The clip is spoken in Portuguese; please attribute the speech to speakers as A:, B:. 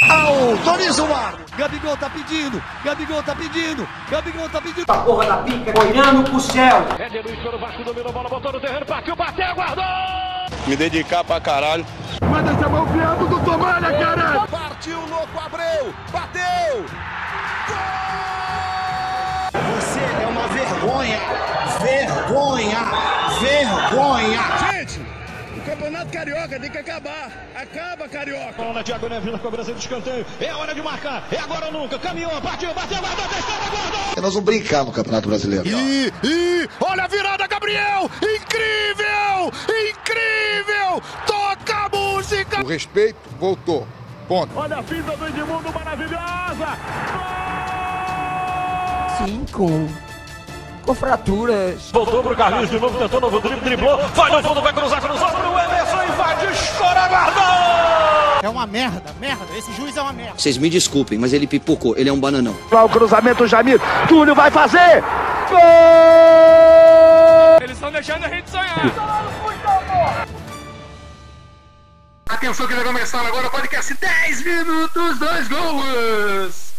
A: Autoriza o Marcos. Gabigol tá pedindo, Gabigol tá pedindo, Gabigol tá pedindo.
B: A porra da pica olhando pro céu.
C: Ed É Luiz pelo Vasco, dominou a bola, botou no terreno, partiu, bateu, guardou!
D: Me dedicar pra caralho.
E: Manda chamar é o fiado do Tomalha, caralho!
A: Partiu, louco, Abreu, bateu! Gol!
F: Você é uma vergonha, vergonha, vergonha!
G: Gente! O campeonato carioca tem que acabar. Acaba, carioca.
C: Bola, Thiago Neves na cobrança de escanteio. É hora de marcar. É agora ou nunca. Caminhou, partiu, bateu, guardou, testada, guardou.
H: Nós vamos brincar no Campeonato Brasileiro.
I: E, e, olha a virada, Gabriel! Incrível! Incrível! Toca a música!
H: O respeito voltou. Ponto.
C: Olha a fita do Edmundo, maravilhosa!
J: Gol! Cinco com fraturas.
C: Voltou pro Carlinhos de novo, tentou novo drible, driblou, vai no fundo, vai cruzar, cruzou pro Emerson, invade, escora, guardou!
K: É uma merda, merda, esse juiz é uma merda.
L: Vocês me desculpem, mas ele pipocou, ele é um bananão.
M: Lá o cruzamento, o Jamir, Túlio vai fazer! Gol!
N: Eles estão deixando a gente sonhar.
O: Atenção que vai começar agora o podcast 10 minutos, dois gols!